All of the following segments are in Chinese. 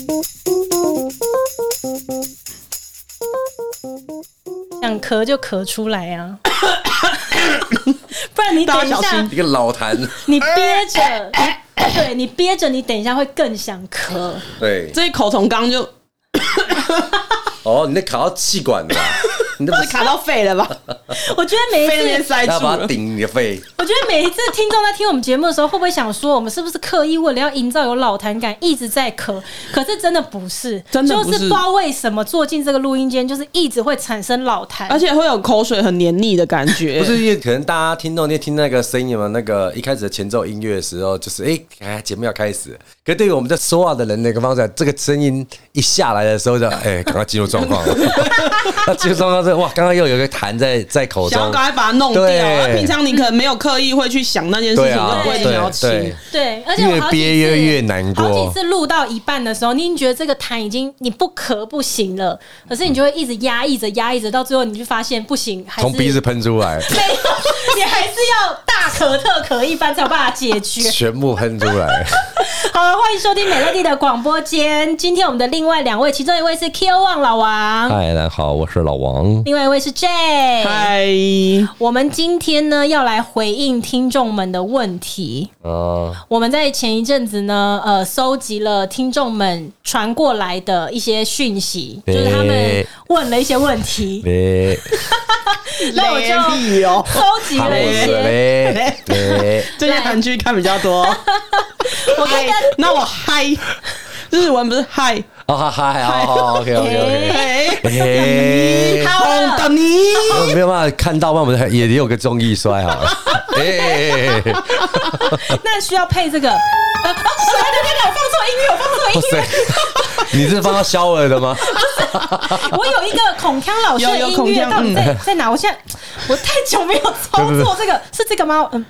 嗯想咳就咳出来啊，不然你大等家一小下心，一个老痰，你憋着，对你憋着，你等一下会更想咳。对，这一口从刚就哦，你那卡到气 管了啦，你那不是是卡到肺了 吧？我觉得每肺那一边次，塞住要把它了。顶你的肺，我觉得每一次听众在听我们节目的时候，会不会想说，我们是不是刻意为了要营造有老痰感，一直在咳？可是真的不是，真的不是就是不知道为什么坐进这个录音间，就是一直会产生老痰，而且会有口水很黏腻的感觉，不是因为可能大家听到那听那个声音嘛，那个一开始的前奏音乐的时候，就是哎哎节目要开始了，可对于我们在说话的人的一个方式，这个声音一下来的时 候就哎赶快进入状况了， 那进入状况之后哇，刚刚又有一个痰在在口想要中，赶快把它弄掉。对啊平常你可能没有刻意会去想那件事情，对就啊不会对想要对清。对，而且我好几次越憋越越难过好几次录到一半的时候，你已经觉得这个痰已经你不咳不行了，可是你就会一直压抑着压抑着，到最后你就发现不行，还是从鼻子喷出来，没有， 你还是要大咳特咳一番才有办法解决。全部喷出 来。好了，欢迎收听美乐蒂的广播间。今天我们的另外两位，其中一位是 Q One 老王，嗨，大家好，我是老王。另外一位是 J。嗨，我们今天呢要来回应听众们的问题。 嗯，我们在前一阵子呢，呃，收集了听众们传过来的一些讯息，就对是他们问了一些问题，嘞，那我就 雷利哦，收集他了们一是些。 嘞嘞，最近韩剧看比较多。 我跟嗨大家，那我嗨，日文不是嗨，哦哈嗨，好好，OK OK 哎，OK。哎，好了的你，我没有办法看到，那我们也有个综艺啊摔好了。 哎，那需要配这个。啊啊！对对对，我放错音乐，我放错哇音乐。塞，你是放到肖尔的吗？我有一个孔锵老师的有有音孔乐锵到底嗯在在哪？我现在我太久没有操作这个，是这个吗？嗯。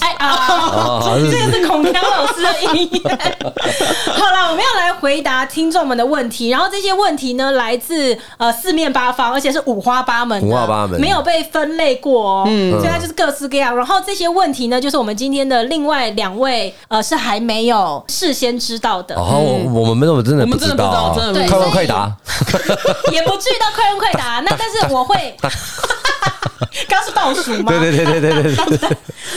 哎啊！ 哦这是个是孔锵老师的音乐。 好了，我们要来回答听众们的问题，然后这些问题呢，来自呃四面八方，而且是五花八门的，啊五花八门嗯没有被分类过哦。所以它就是各式各样。然后这些问题呢，就是我们今天的另外两位呃是还没有事先知道的，哦，我我们我真的不知道我啊，们真的知道真的不不知道快问快答， 也不至于到快问快答。那但是我会， 刚是倒数吗？对对对对对对对对，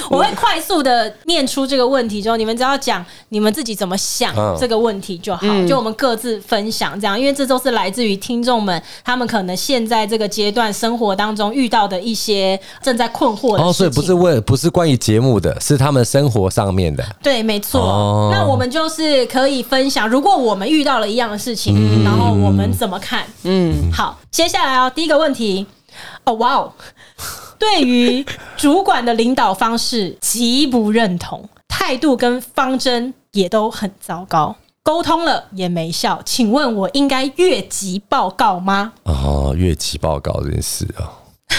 我会快速的念出这个问题之后，你们只要讲你们自己怎么想嗯这个问题就好，就我们各自分享这样，因为这都是来自于听众们他们可能现在这个阶段生活当中遇到的一些正在困惑的事情。哦，所以不是问，不是关于节目的，是他们生活上面的。对，没错。哦那我们就是可以分享，如果我们遇到了一样的事情，嗯然后我们怎么看？嗯，好，接下来哦，第一个问题，哦，哇哦，对于主管的领导方式极不认同，态度跟方针也都很糟糕，沟通了也没效，请问我应该越级报告吗？哦，月期报告这件事哦。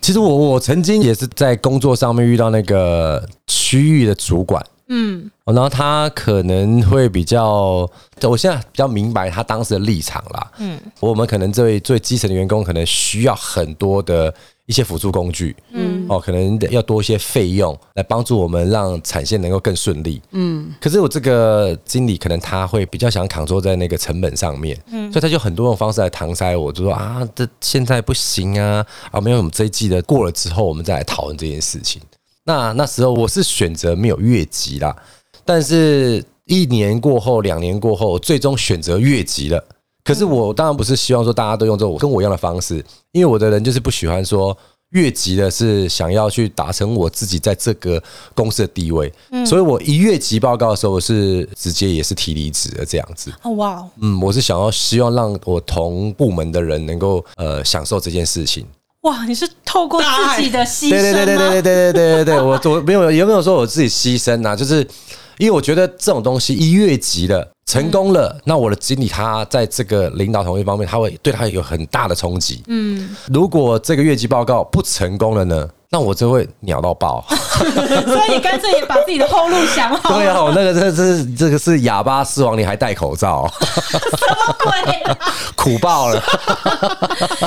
其实我我曾经也是在工作上面遇到那个区域的主管，嗯，哦然后他可能会比较，我现在比较明白他当时的立场啦。嗯，我们可能最最基层的员工可能需要很多的一些辅助工具，嗯，哦，可能要多一些费用来帮助我们让产线能够更顺利。嗯，可是我这个经理可能他会比较想扛住在那个成本上面，嗯，所以他就很多种方式来搪塞我，就说啊，这现在不行啊，啊，没有，我们这一季的过了之后，我们再来讨论这件事情。那那时候我是选择没有越级啦，但是一年过后，两年过后，我最终选择越级了。可是我当然不是希望说大家都用这种跟我一样的方式，因为我的人就是不喜欢说越级的是想要去达成我自己在这个公司的地位，所以我一越级报告的时候，我是直接也是提离职的这样子。哦，哇哦，嗯，我是想要希望让我同部门的人能够呃享受这件事情。哇，你是透过自己的牺牲吗？对对对对对对对对对 对，我我没有也没有说我自己牺牲啊，就是因为我觉得这种东西一越级了，成功了，那我的经理他在这个领导同一方面，他会对他有很大的冲击。嗯，如果这个越级报告不成功了呢？那我就会鸟到 爆。 所以你干脆也把自己的后路想好对了， 啊，我那个这这是这个是哑巴狮王，你还戴口罩，什么鬼啊？苦爆 了。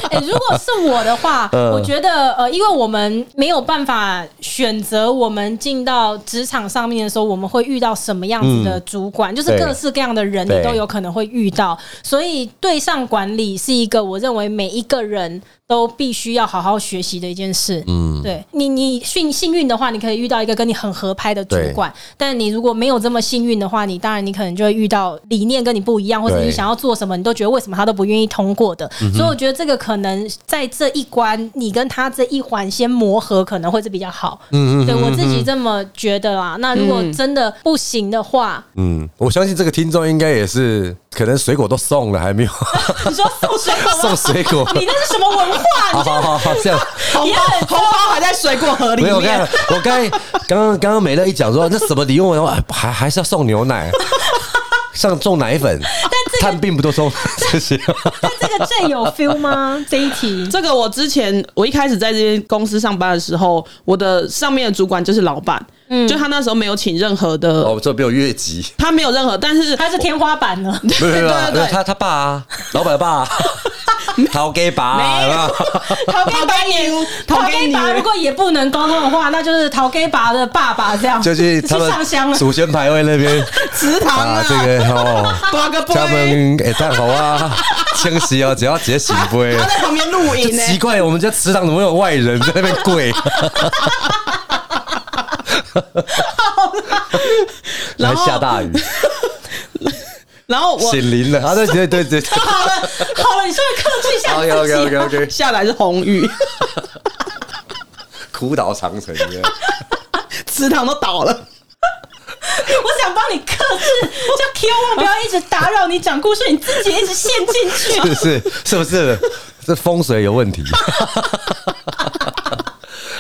哎、如果是我的 话，嗯我觉得呃，因为我们没有办法选择我们进到职场上面的时候，我们会遇到什么样子的主管，就是嗯对各式各样的人，你对都有可能会遇到。所以对上管理是一个我认为每一个人都必须要好好学习的一件事。嗯，对你，你幸幸运的话，你可以遇到一个跟你很合拍的主对管，但你如果没有这么幸运的话，你当然你可能就会遇到理念跟你不一样，或者你对嗯想要。要做什么，你都觉得为什么他都不愿意通过的。所以我觉得这个可能在这一关，你跟他这一环先磨合，可能会是比较好。嗯嗯，对我自己这么觉得啊。那如果嗯真的不行的话，嗯，我相信这个听众应该也是，可能水果都送了，还没有 你说送水果送吗？水 果。你那是什么文化？好你好好好， 这样红包红包还在水果盒里没有。我刚面，才我刚才刚刚刚刚美乐一讲说，那什么礼物，我哎 还还是要送牛 奶，像送奶粉，但病不都 送这些吗？但这个最有 feel 吗？这一题这个我之前我一开始在这间公司上班的时候，我的上面的主管就是老板，嗯就他那时候没有请任何的，哦，这没有越级，他没有任何，但是它是天花板呢。没有没有对对没对有，他他爸啊，老板的 爸啊，陶给爸啊，有没 有陶陶给牛陶陶给给拔牛如果也不能沟通的话，那就是陶给拔的爸爸这样，就去去他上香们了。祖先牌位那边食堂啊，这个哦，八个他杯，们哎蛋好 啊，清洗哦，只要直接洗杯。他在旁边录影呢、奇怪，我们家池塘怎么有外人在那边跪？然然后后下大雨，然后我显灵了。啊，对对对对对。 好了好了，你稍微客气一下自己 OK 啊。 OK OK OK，下来是红 雨，苦岛长城这样食堂都倒了。我想帮你克制，叫 Q 万不要一直打扰你讲故事，你自己一直陷进去。是不是？是不是？这风水有问题。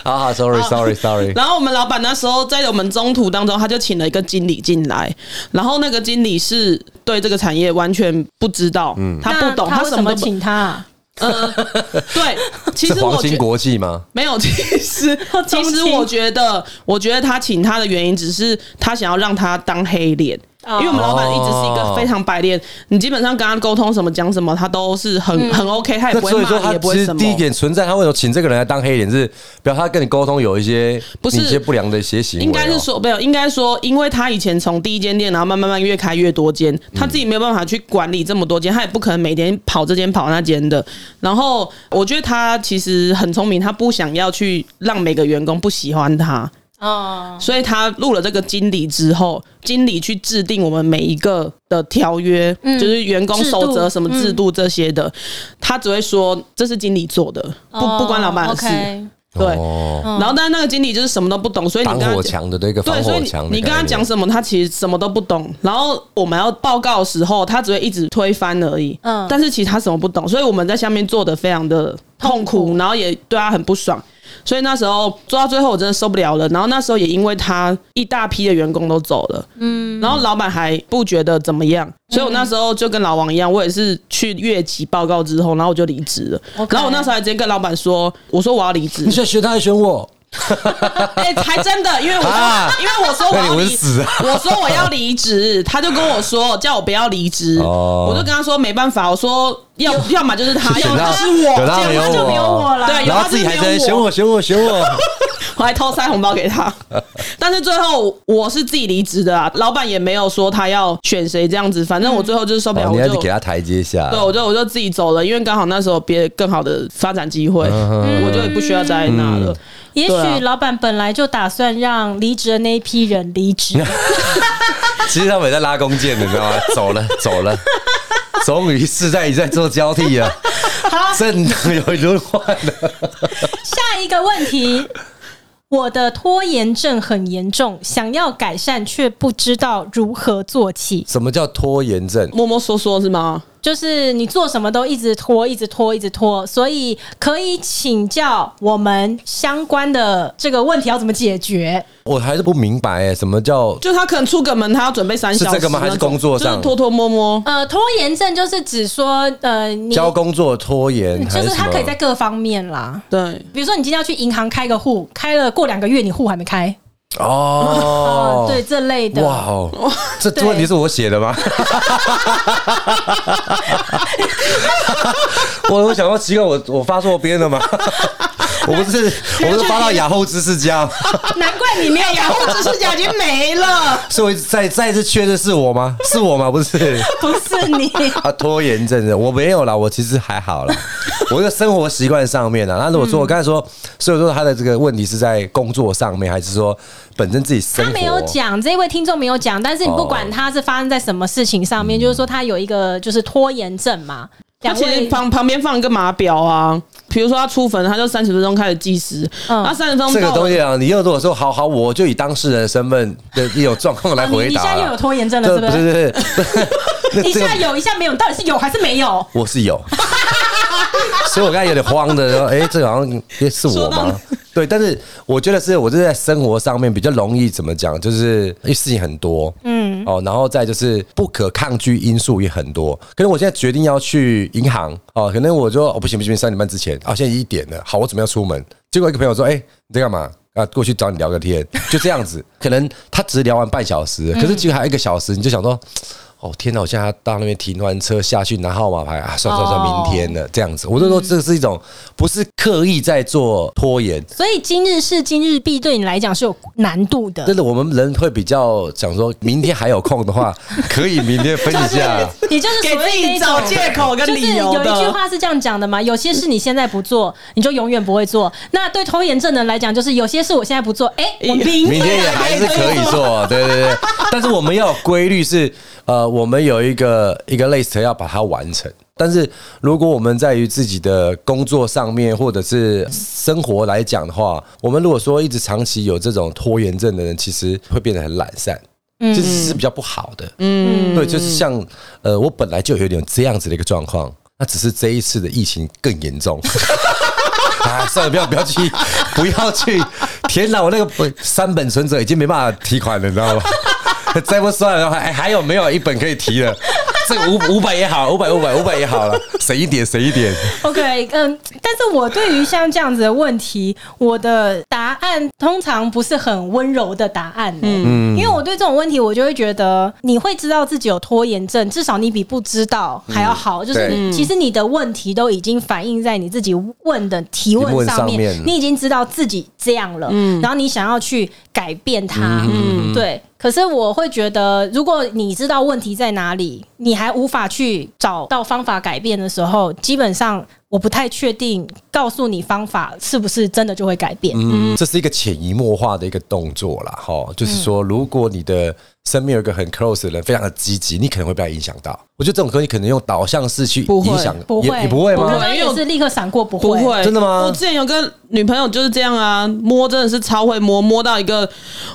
好好，sorry sorry sorry，然后我们老板那时候在我们中途当中，他就请了一个经理进来，然后那个经理是对这个产业完全不知道，嗯他啊不懂，那他为什什么么都不请他啊？呃，对，其是实皇我亲觉国际吗？没有，其实其实我觉得，我觉得他请他的原因只是他想要让他当黑脸。哦因为我们老板一直是一个非常白脸，你基本上跟他沟通什么讲什么，他都是很、很 OK，他也那不所会以说，骂，他也不会其实什么第。一点存在，他为什么请这个人来当黑脸？是表示他跟你沟通有一些不是你一些不良的一些行为哦，应该是说没有，应该说，因为他以前从第一间店，然后慢慢慢越开越多间，他自己没有办法去管理这么多间，他也不可能每天跑这间跑那间的。然后我觉得他其实很聪明，他不想要去让每个员工不喜欢他，哦，所以他录了这个经理之后，经理去制定我们每一个的条约，嗯就是员工守制度则、什么制度这些的，他只会说这是经理做的，不、不关老板的事。哦 OK 对，哦，然后但是那个经理就是什么都不懂，所以你防跟他火讲。墙的那个对，防所以火你墙的你跟他概念讲什么，他其实什么都不懂。然后我们要报告的时候，他只会一直推翻而已。嗯嗯，但是其实他什么不懂，所以我们在下面做的非常的痛痛苦，然后也对他很不爽。所以那时候做到最后，我真的受不了了。然后那时候也因为他一大批的员工都走了，嗯，然后老板还不觉得怎么样，所以我那时候就跟老王一样，我也是去越级报告之后，然后我就离职了。 OK 然后我那时候还直接跟老板说，我说我要离职你，想选他还选我？哎、还真的，因为我说，啊因为我说我那要你会离，死啊 我说我要离职，他就跟我说叫我不要离职，哦我就跟他说没办法，我说要要么就是他，选要么他就是我，有他没这样有就没有我了对，有然后他自己还在真选我选我选我， 我还偷塞红包给他，但是最后我是自己离职的啊，老板也没有说他要选谁这样子，反正我最后就是受不了，哦你我还就是给他台阶下对，。我就我就自己走了，因为刚好那时候有别的更好的发展机会，嗯我就也不需要待在那了。也对啊许老板本来就打算让离职的那一批人离 职，其实他们也在拉弓箭的，你知道吗？走了走了，终于世代一再做交替了，正当有轮换了。下一个问题，我的拖延症很严重，想要改善却不知道如何做起。什么叫拖延症？摸摸说说是吗？就是你做什么都一直拖，一直拖，一直拖，所以可以请教我们相关的这个问题要怎么解决。我还是不明白、欸，什么叫就他可能出个门，他要准备三小时那种，是这个吗还是工作就上是偷偷摸摸，呃，拖延症就是指说，呃，你嗯交工作拖延？就还是什它么？可以在各方面啦。对，比如说，你今天要去银行开个户，开了过两个月，你户还没开，哦哦，， 对这类的，哇哦，这这对问题是我写 的吗？我我想说奇怪，我我发错边了 吗？我不是，我不是发到雅后知识家吗，难怪你没有养护知识奖金没了，所以再再一次确认是我吗？是我吗？不是不是你。啊，拖延症的我没有啦，我其实还 好啦，我这生活习惯上面啊。那嗯如果说我刚才说，所以说他的这个问题是在工作上面，还是说本身自己生他活？没有讲，这位听众没有讲，但是你不管他是发生在什么事情上面，就是说他有一个就是拖延症嘛。他两其实位旁旁边放一个码表啊，比如说他出坟，他就三十分钟开始计时，嗯那三十分钟这个到了东西啊，你又如果说好好，我就以当事人的身份的一种状况来啊你回你现答在又有了。拖延症了，这是不不是？是不是， 那一这个下有一下没有，你到底是有还是没有？我是有， 所以我刚才有点慌的，说哎、这个好像诶是我说到吗？对，但是我觉得是我是在生活上面比较容易怎么讲，就是因为事情很多，嗯，哦，然后再就是不可抗拒因素也很多。可能我现在决定要去银行，哦，可能我就哦不行不行，三点半之前，哦现在一点了，好，我准备要出门，结果一个朋友说，哎、你在干嘛？啊，过去找你聊个天，就这样子。可能他只聊完半小嗯时，可是结果还有一个小时，你就想说，哦天哪，我现在到那边停完车下去拿号码牌啊，算算算，哦嗯明天了这样子。我就说这是一种不是刻意在做拖延，所以今日事今日毕，对你来讲是有难度的真。的我们人会比较想说，明天还有空的话，可以明天分一下。你 就是给所自谓那己种找借口跟就是理由有的。一句话是这样讲的嘛，有些事你现在不做，你就永远不会做。那对拖延症的人来讲，就是有些事我现在不做，哎、我明明天天也来还是可以做，对对 对。但是我们要有规律是，呃，我们有一个一个 list 要把它完成。但是如果我们在于自己的工作上面或者是生活来讲的话，我们如果说一直长期有这种拖延症的人，其实会变得很懒散。这其实是比较不好的，嗯，对，就是像呃，我本来就有点这样子的一个状况，那只是这一次的疫情更严重， 啊，算了，不要不要去，不要去！天哪，我那个三本存折已经没办法提款了，你知道吗？再不算了，还还有没有一本可以提了？这个五五百也好，五百五百五百也好了，省一点省一点。 OK，嗯，但是我对于像这样子的问题，我的答案通常不是很温柔的答案、嗯，因为我对这种问题，我就会觉得你会知道自己有拖延症，至少你比不知道还嗯要好。就是对你其实你的问题都已经反映在你自己问的提提问问上上面面，你已经知道自己这样了，然后你想要去改变它，嗯对。可是我会觉得，如果你知道问题在哪里，你还无法去找到方法改变的时候，基本上我不太确定告诉你方法是不是真的就会改变。嗯，这是一个潜移默化的一个动作啦，哈，就是说，如果你的身边有一个很 close 的人，非常的积极，你可能会被他影响到。我觉得这种东西可能用导向式去不会影响，不也会，也不会我刚吗？刚也是立刻闪过，不不会，会，真的吗我之前有个女朋友就是这样啊，摸真的是超会摸，摸到一个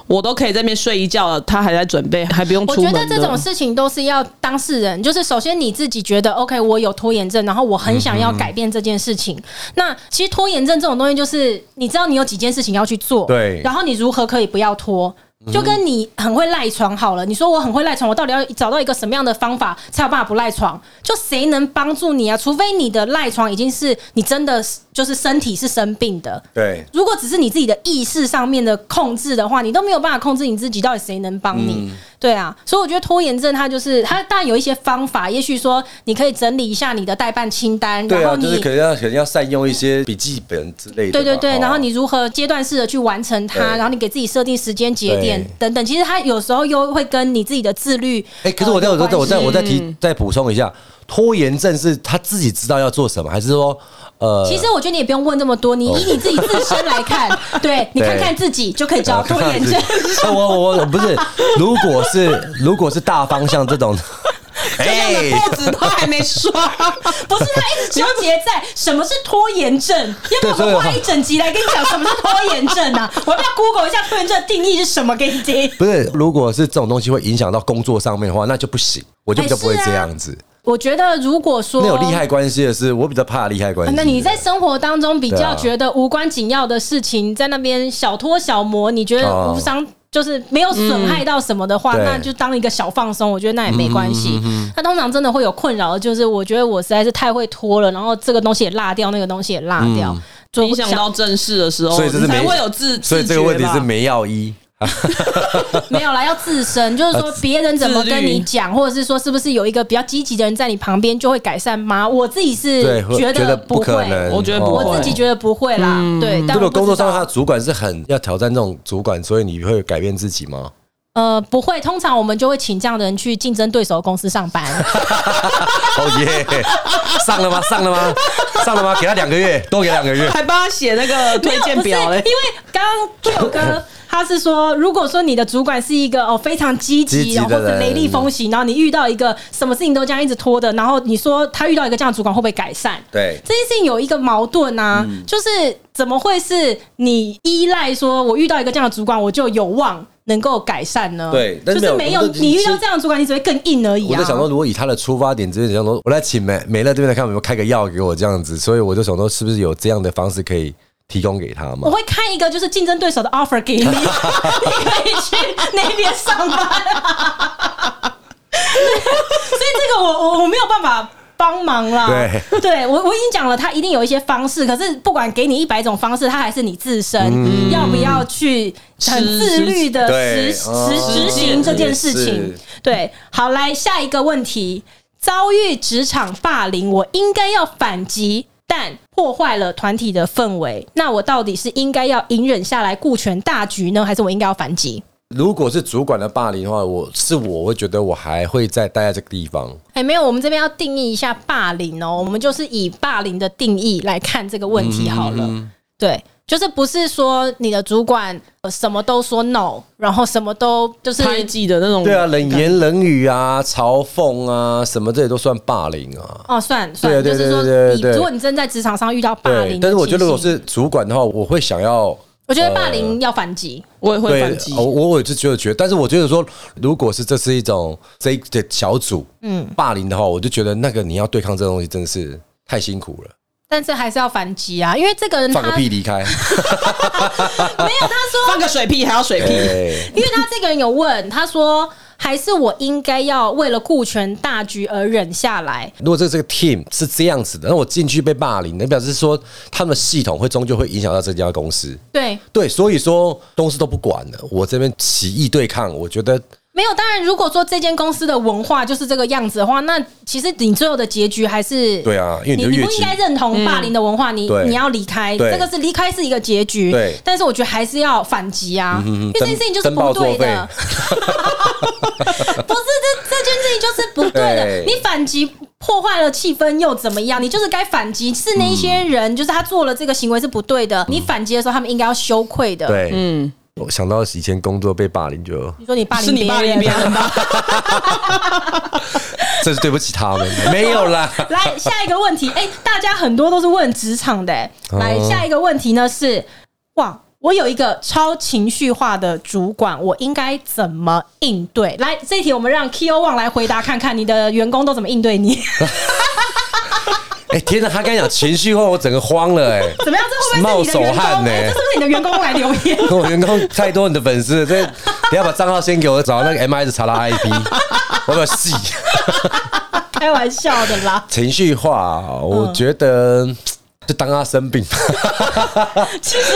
我都可以在那边睡一觉了，她还在准备，还不用我出觉门的。得这种事情都是要当事人，就是首先你自己觉得 OK，我有拖延症，然后我很想嗯要改变这件事情。那其实拖延症这种东西，就是你知道你有几件事情要去做，对然后你如何可以不要拖。嗯就跟你很会赖床好了，你说我很会赖床，我到底要找到一个什么样的方法才有办法不赖床？就谁能帮助你啊？除非你的赖床已经是你真的是就是身体是生病的，对，如果只是你自己的意识上面的控制的话，你都没有办法控制你自己，到底谁能帮嗯你？对啊，所以我觉得拖延症它就是它，当然有一些方法，也许说你可以整理一下你的代办清单，对然后啊，你。就是可能要可能要善用一些笔记本之类的嘛。对对对，哦然后你如何阶段式的去完成对它，然后你给自己设定时间节点对等等，其实它有时候又会跟你自己的自律。哎、可是我再呃我有再我再关系嗯我再提再补充一下，拖延症是他自己知道要做什么，还是说呃，哦其实我觉得你也不用问这么多，你以你自己自身来 看，对你看看自己就可以知哦道拖延症。呃我我我不是，如果是如果是大方向 这种，这样的哎报纸都还没刷， 不是他一直纠结在什么是拖延症，要不要我 对所以们我花一整集来跟你讲什么是拖延症啊？我要不要 Google 一下拖延症的定义是什么给你听？不是，如果是这种东西会影响到工作上面的话，那就不行，我就比较不会这样子。我觉得如果说那有利害关系的是，我比较怕利害关啊系。那你在生活当中比对较啊觉得无关紧要的事情，在那边小拖小磨，你觉得哦无伤，就是没有损害到什么的话，对嗯那就当一个小放松，我觉得那也没关系。那通常真的会有困扰的，就是我觉得我实在是太会拖了，然后这个东西也落掉，那个东西也落掉，嗯所以 影我响到正事的时候，所以这是你才没会有自，所以这自觉个问题是吧没药医，没有啦，要自身，就是说别人怎么跟你讲，或者是说是不是有一个比较积极的人在你旁边就会改善吗？我自己是对，会觉觉得得不可会，能，我觉得不哦我自己觉得不会啦。对，但如我不知果工作上道他的主管是很要挑战这种主管，所以你会改变自己吗？呃，不会，通常我们就会请这样的人去竞争对手的公司上班。 哦耶，上了吗？上了吗？上了吗？给他两个月，多给两个月。还帮他写那个 推荐表没有嘞 不是，因。为刚刚九哥他是说，如果说你的主管是一个哦非常积积极，极然后或的者人雷厉风行，然后你遇到一个什么事情都这样一直拖的，然后你说他遇到一个这样的主管会不会改善？对嗯这件事情有一个矛盾啊，就是怎么会是你依赖说我遇到一个这样的主管，我就有望能够改善呢？对但就是是没没有有我们都你遇到这样的主管，你只会更硬而已我啊。在想说，如果以他的出发点，只是想说，我来请美美乐这边来看有没有开个药给我这样子，所以我就想说，是不是有这样的方式可以提供给他我嘛？会看一个就是竞争对手的 offer 给你， 你可以去那边上班、 所以这个我我我没有办法。帮忙啦，对我我已经讲了，他一定有一些方式，可是不管给你一百种方式，他还是你自身、要不要去很实自律的对实实哦执行这件事情也是。对，好，来下一个问题，遭遇职场霸凌，我应该要反击，但破坏了团体的氛围，那我到底是应该要隐忍下来顾全大局呢，还是我应该要反击？如果是主管的霸凌的话，我是我会觉得我还会再待在这个地方。哎、没有，我们这边要定义一下霸凌哦，我们就是以霸凌的定义来看这个问嗯题好了。对，就是不是说你的主管呃什么都说 no，然后什么都就是猜忌的嗯那种，对啊，冷言冷语啊，嘲讽啊，什么这些都算霸凌啊。哦，算算，对对对就是对对说你，对如果你真在职场上遇到霸凌对的，但是我觉得情如果形是呃主管的话，我会想要我觉得霸凌要反击，我也会对哦反击，我我我就觉得觉得，但是我觉得说，如果是这是一种这一的小组，嗯，霸凌的话，我就觉得那个你要对抗这东西真的是太辛苦了，但是还是要反击啊，因为这个人他放个没屁 离开。有他说，放个水屁还要水屁，对，因为他这个人有问，他说还是我应该要为了顾全大局而忍下来。如果这这个 team 是这样子的，那我进去被霸凌，那表示说他们的系统会终究会影响到这家公司。对，对，所以说公司都不管了，我这边起义对抗，我觉得没有。当然，如果说这间公司的文化就是这个样子的话，那其实你最后的结局还是对啊因为你你就你不越应级该认同霸凌的文化，你对你要离开，对这个是离开是一个结局。对嗯但是我觉得还是要反击啊，因为这件事情就是登不报作对废的。 不是这这件事情就是不对的，对你反击破坏了气氛又怎么样？你就是该反击，是那一些人，就是他做了这个行为是不对的，你反击的时候他们应该要羞愧的。，嗯对，嗯，我想到以前工作被霸凌就，你说你霸是凌你霸别凌人别。人吧？这是对不起他们，没有啦。 来下一个问题，哎、大家很多都是问职场的、哎来哦下一个问题呢是，哇，我有一个超情绪化的主管，我应该怎么应对？来这一题我们让 Kyo 旺来回答看看，你的员工都怎么应对你？ 哎、天哪，他刚讲情绪化，我整个慌了 哎、怎么样？这会不会是你的员冒手汗工？呢哎、这是不是你的员工来留言？我员工太多你的粉丝了，这你要把账号先给我找那个 M I 是查拉 I P，我有戏。 开玩笑的啦，情绪化，我觉得。就当他生病， 其实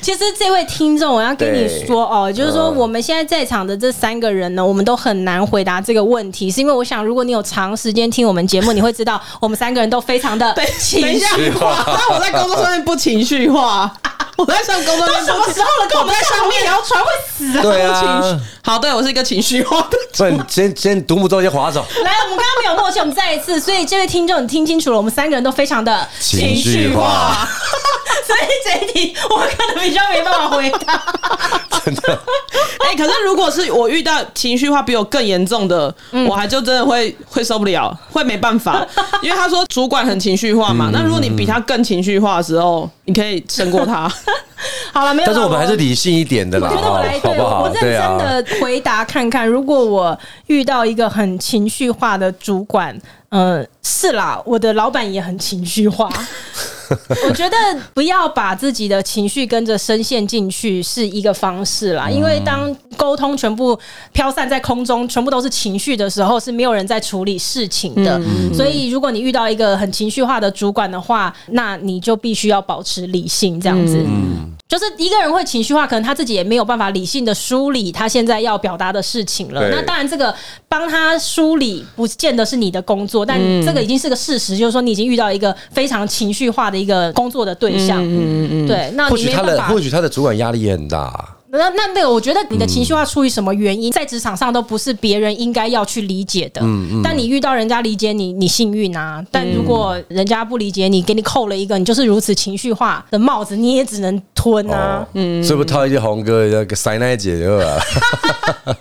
其实这位听众，我要跟你说哦，就是说嗯我们现在在场的这三个人呢，我们都很难回答这个问题，是因为我想，如果你有长时间听我们节目，你会知道我们三个人都非常的情等一绪下，。那我在工作上面不情绪化， 我在上工作上面什么时候了，跟我们在上面聊船会死啊！对不情啊绪，。好，对我是一个情绪化 的人，不然先先独木舟先划走， 来，我们刚刚没有默契，我们再一次。所以这位听众，你听清楚了，我们三个人都非常的 情绪化，所以这一题我可能比较没办法回答。真的哎、可是如果是我遇到情绪化比我更严重的，嗯我还就真的会会受不了，会没办 法，因为他嗯 说主管很情绪化嘛。那如果你比他更情绪化的时候，你可以胜过他，好了，没有啦。但是我们还是理性一点的我啦，觉得我来对哦好不我好？认对真啊，的回答看看，如果我遇到一个很情绪化的主管，嗯，是啦，我的老板也很情绪 化。我觉得不要把自己的情绪跟着深陷进去是一个方式啦，嗯因为当沟通全部飘散在空中，全部都是情绪的时候，是没有人在处理事情的。嗯所以，如果你遇到一个很情绪化的主管的话，那你就必须要保持理性，这样子。嗯就是一个人会情绪化，可能他自己也没有办法理性的梳理他现在要表达的事情了。对那当然，这个帮他梳理不见得是你的工作，但嗯这个已经是个事实，就是说你已经遇到一个非常情绪化的一个工作的对象。嗯嗯嗯，对，那或你许没他办的法或。许他的主管压力也很大，那那那个，我觉得你的情绪化出于什么原嗯因，在职场上都不是别人应该要去理解的。嗯但你遇到人家理解你，你幸运啊。但如果嗯人家不理解你，给你扣了一个你就是如此情绪化的帽子，你也只能吞啊。哦，所以不套一些红哥那个塞奶姐对吧？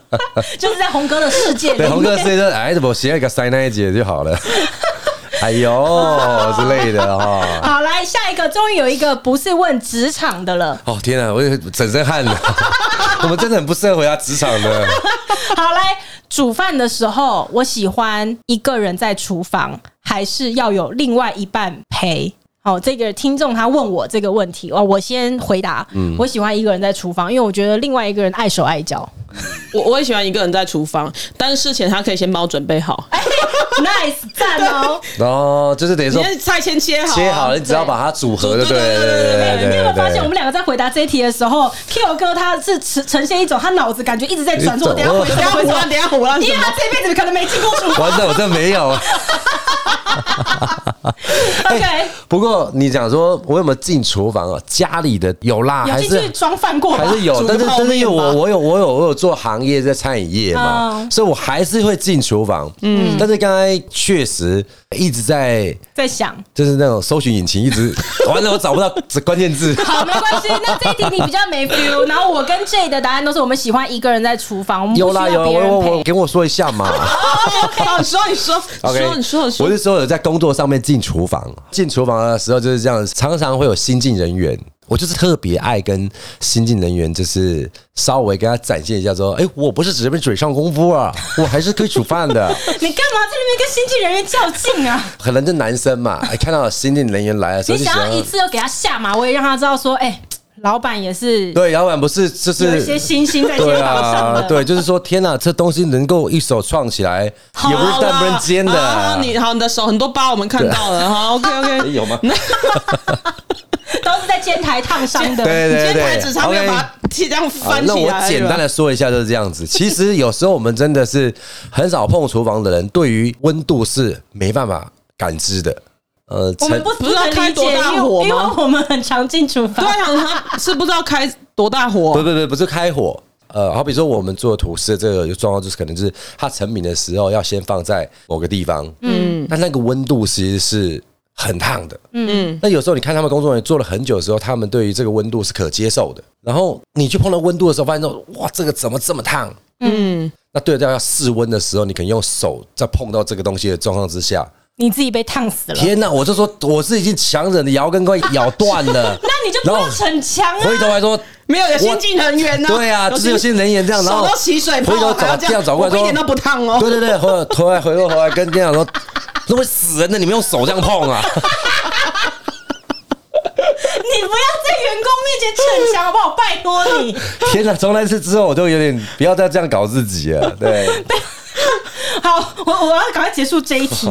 就是在红哥的世界里对，面，红哥是说，哎，怎么写一个塞奶姐就好了？哎呦之类的哈。好，来下一个，终于有一个不是问职场的了。哦天啊，我也整身汗了。我们真的很不适合回答职场的。好，来煮饭的时候，我喜欢一个人在厨房，还是要有另外一半陪？好，这个听众他问我这个问题，哦，我先回答，我喜欢一个人在厨房，因为我觉得另外一个人碍手碍脚。我我也喜欢一个人在厨房，但是事前他可以先帮我准备好，哎 nice，赞哦！哦，就是等于你说先菜先切好啊、切好了，你只要把它组合就对了。对对对哎你有没有发现我对们两个在回答这一题的时候，Q 哥他是呈呈现一种他脑子感觉一直在转，说我等一下回什等一么回下胡什么乱，等一下胡乱因什为他么？这辈子可能没进过厨 完蛋，我真的没有。房。OK，不过你讲说，我有没有进厨房啊？家里的有啦，有还进是去装饭过吧还？是有煮，但是泡但是面因为吧我我有我有我有做行业在餐饮业嘛，嗯所以我还是会进厨房。嗯，但是刚才确实一直在在想。就是那种搜寻引擎 一直完了，我找不到关键字。好，没关系。那这一题你比较没 feel，然后我跟 J 的答案都是我们喜欢一个人在厨房，我们不有需啦要有，别我人我陪我。跟我说一 下嘛。 好，你说你说，你 OK，说你说你说我，是说有在工作上面进厨房，进厨房的时候就是这样，常常会有新进人员。我就是特别爱跟新进人员，就是稍微跟他展现一下，说：“哎、我不是只是嘴上功夫啊，我还是可以煮饭的。你干嘛在那边跟新进人员较劲啊？” 可能这男 生嘛，哎看到新进人员来的时候你就想想要要一，次就给他下马威，让他知道说，哎、老板也是对，老板不是就有一些是星星在肩对膀上啊的。，对，就是说天哪、这东西能够一手创起来，也啊不好是啦蛋不能煎的。好好你好，你的手很多疤，我们看到了。 好，OK 哎 OK。有吗？都是在煎台烫伤的。对你今天对对台纸上面 OK 把它这样好翻起那来。我简单的说一下就是这 样子。其实有时候我们真的是很少碰厨房的人，对于温度是没办法感知的。呃，我们不不是要能开理解，多大因为火吗因为我们很常进厨对房。啊，想他是不知道开多大哦不火，不不不是开火，呃，好比说我们做吐司这个状况，就是可能就是它成品的时候要先放在某个地方，嗯，那那个温度其实是很烫的，嗯，那有时候你看他们工作人员做了很久的时候，他们对于这个温度是可接受的，然后你去碰到温度的时候，发现说哇，这个怎么这么烫？嗯，那对到要室温的时候，你可能用手在碰到这个东西的状况之下，你自己被烫死了，天哪！我就说我是已经强忍的牙根快咬断了， 那你就不然要后逞强啊！回头还说没有有新进人员呢。对啊，就是有些人也这样，然后哦手都起水泡回头还找要这样店长找过来我说一点都不烫哦 对对对，回头头来回头回来跟店长说， 那会死人的，你们用手这样碰啊？ 你不要在员工面前逞强，好不好？拜托你。天哪！从那次之后，我都有点不要再这样搞自己了。对， 好，我我要赶快结束这一 题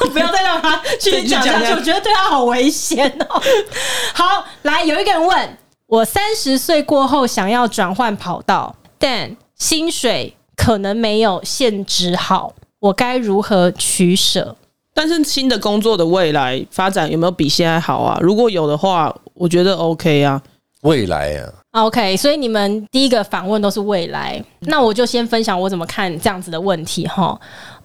我不要再让他继续讲下继续讲去，下去我觉得对他好危险哦。 好，来有一个人问我，三十岁过后想要转换跑道，但薪水可能没有现职好，我该如何取舍？但是新的工作的未来发展有没有比现在好啊？如果有的话，我觉得 OK 啊。未来啊， OK，所以你们第一个访问都是未来，那我就先分享我怎么看这样子的问题哈。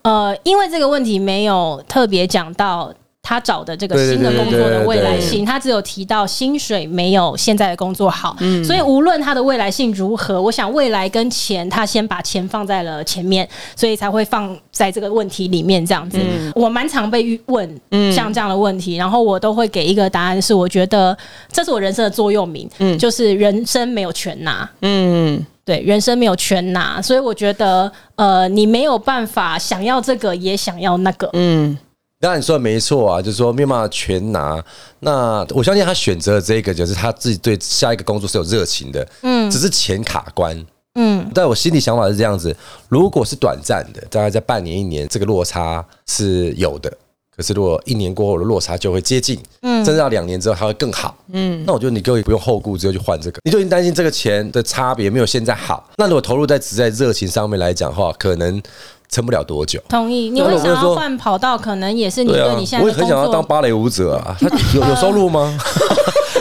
呃，因为这个问题没有特别讲到。他找的这个新的工作的未来性，他只有提到薪水没有现在的工作好，所以无论他的未来性如何，我想未来跟钱，他先把钱放在了前面，所以才会放在这个问题里面这样子。我蛮常被问像这样的问题，然后我都会给一个答案，是我觉得这是我人生的座右铭，就是人生没有全拿，嗯，对，人生没有全拿，所以我觉得，呃，你没有办法想要这个也想要那个，嗯当然你说的没错啊，就是说没有办法全拿。那我相信他选择的这个，就是他自己对下一个工作是有热情的，嗯，只是钱卡关。嗯，但我心里想法是这样子：如果是短暂的，大概在半年、一年，这个落差是有的。可是如果一年过后的落差就会接近，嗯，甚至到两年之后它会更好，嗯，那我觉得你各位不用后顾之忧去换这个，你就已经担心这个钱的差别没有现在好。那如果投入在只在热情上面来讲的话，可能撑不了多久。同意。你对啊会我想就要说换跑道，可能也是你对对啊你现，在我的也很工想要当作。芭蕾舞者 啊，他有有收入吗？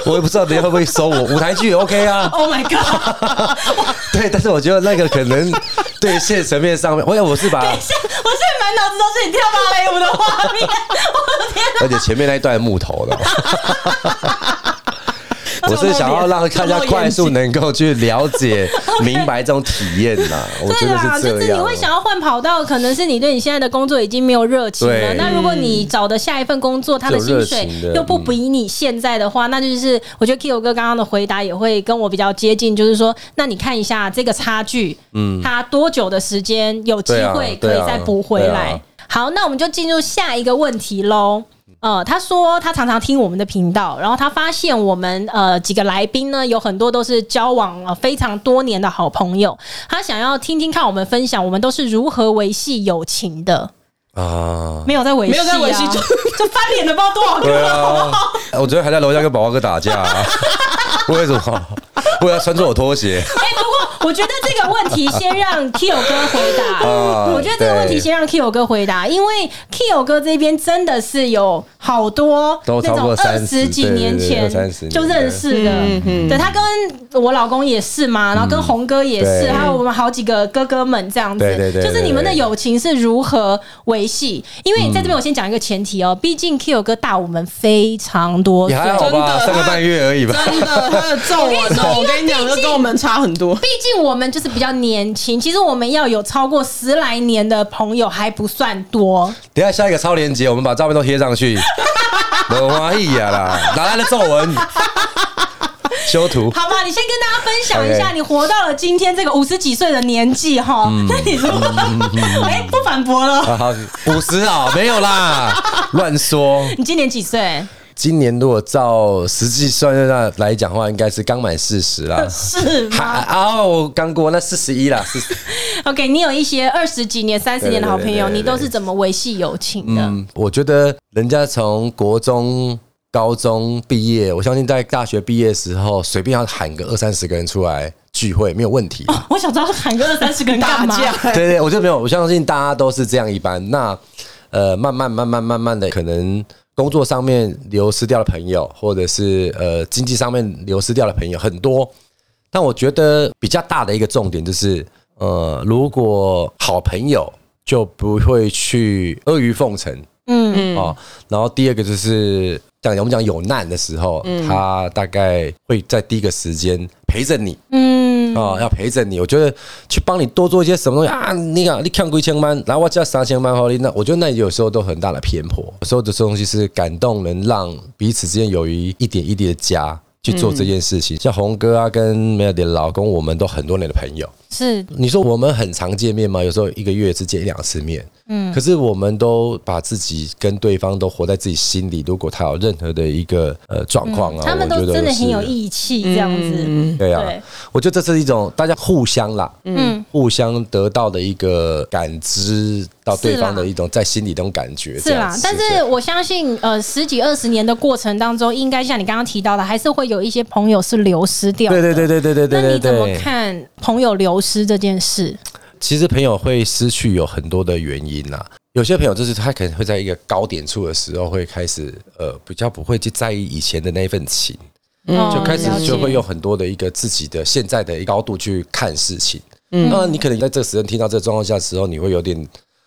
我也不知道人家会不会收我，舞台剧也 OK 啊。 Oh my god！对，但是我觉得那个可能对现实层面上面，我想我是把，我现在满脑子都是你跳芭蕾舞的画面， 我的天哪！ 而且前面那一段木头 的。我是想要让大家快速能够去了解、明白这种体验 呐、我觉对得啦，是就这是你样会。想要换跑道，可能是你对你现在的工作已经没有热情了。对那如果你找的下一份工作，他的薪水是有热情的嗯又不比你现在的话，那就是我觉得 Kio 哥刚刚的回答也会跟我比较接近，就是说，那你看一下这个差距，嗯，他多久的时间有机对啊会可对以啊再补回对啊来？好，那我们就进入下一个问题喽。呃，他说他常常听我们的频道，然后他发现我们呃几个来宾呢，有很多都是交往呃非常多年的好朋友，他想要听听看我们分享，我们都是如何维系友情的，啊，没有在维系、啊，没有在维系就就翻脸了，不知道多少个。对啊，我昨天还在楼下跟宝宝哥打架、 啊，为什么？我要穿着我拖鞋。哎、不过我觉得这个问题先让 Kio 哥回答。 啊我觉得这个问题对先让 Kio 哥回答，因为 Kio 哥这边真的是有好多都那超种过二30十几年前对对对二三十年就认识的。对他跟我老公也是嘛，然后跟红哥也是，嗯对还有我们好几个哥哥们这样子。对对对对就是你们的友情是如何维系？因为在这边我先讲一个前提哦，毕竟 Kio 哥大我们非常多也岁。还好吧，真的三个半月而已吧。真的，他的皱纹哦，我跟你讲，就跟我们差很多。毕竟我们就是比较年轻，其实我们要有超过十来年的朋友还不算多。等一下下一个超链接，我们把照片都贴上 去。我花艺呀啊啦，哪来的皱纹？修图。好吧，你先跟大家分享一下， OK 你活到了今天这个五十几岁的年纪哈，嗯那你如何？ 哎、不反驳了。啊，好，五十啊，没有啦，乱说。你今年几岁？。今年如果照实际算算来讲的话，应该是刚满四十 啦是还吗啊，我刚过那四十一啦，四十。 ？OK，你有一些二十几年、三十年的好朋友，对对对对对你都是怎么维系友情的？嗯，我觉得人家从国中、高中毕业，我相信在大学毕业的时候，随便要喊个二三十个人出来聚会没有问题。我想知道喊个二三十个人打干嘛？架，对对，我就没有，我相信大家都是这样一般。那呃，慢慢慢慢慢慢的，可能工作上面流失掉的朋友，或者是呃经济上面流失掉的朋友很多。但我觉得比较大的一个重点就是，呃，如果好朋友就不会去阿谀奉承，嗯哦，然后第二个就是讲我们讲有难的时候，他大概会在第一个时间陪着你，嗯啊、要陪着你。我觉得去帮你多做一些什么东西啊，你看你看过一千万，然后我叫三千万好你那我觉得那有时候都很大的偏颇。有时候这东西是感动，能让彼此之间友谊一点一滴的加。去做这件事情，嗯像红哥啊，跟梅尔的老公，我们都很多年的朋友，是你说我们很常见面吗？有时候一个月只见一两次面，嗯，可是我们都把自己跟对方都活在自己心里。如果他有任何的一个呃状况啊，嗯他们我觉都得真的很有是义气，这样子。对啊对，我觉得这是一种大家互相啦，嗯，互相得到的一个感知到对方的一种在心里的那种感觉，是这样啦子，但是我相信，呃，十几二十年的过程当中，应该像你刚刚提到的，还是会有一些朋友是流失掉的。对对对对对对对嗯那对你怎么对，看朋友流失这件事？其实朋友会失去有很多的原因啦、有些朋友就是他可能会在一个高点处的时候，会开始呃比较不会去在意以前的那一份情，嗯就开始了解就会有很多的一个自己的现在的一个高度去看事情。嗯，那嗯你可能在这个时间听到这个状况下的时候，你会有点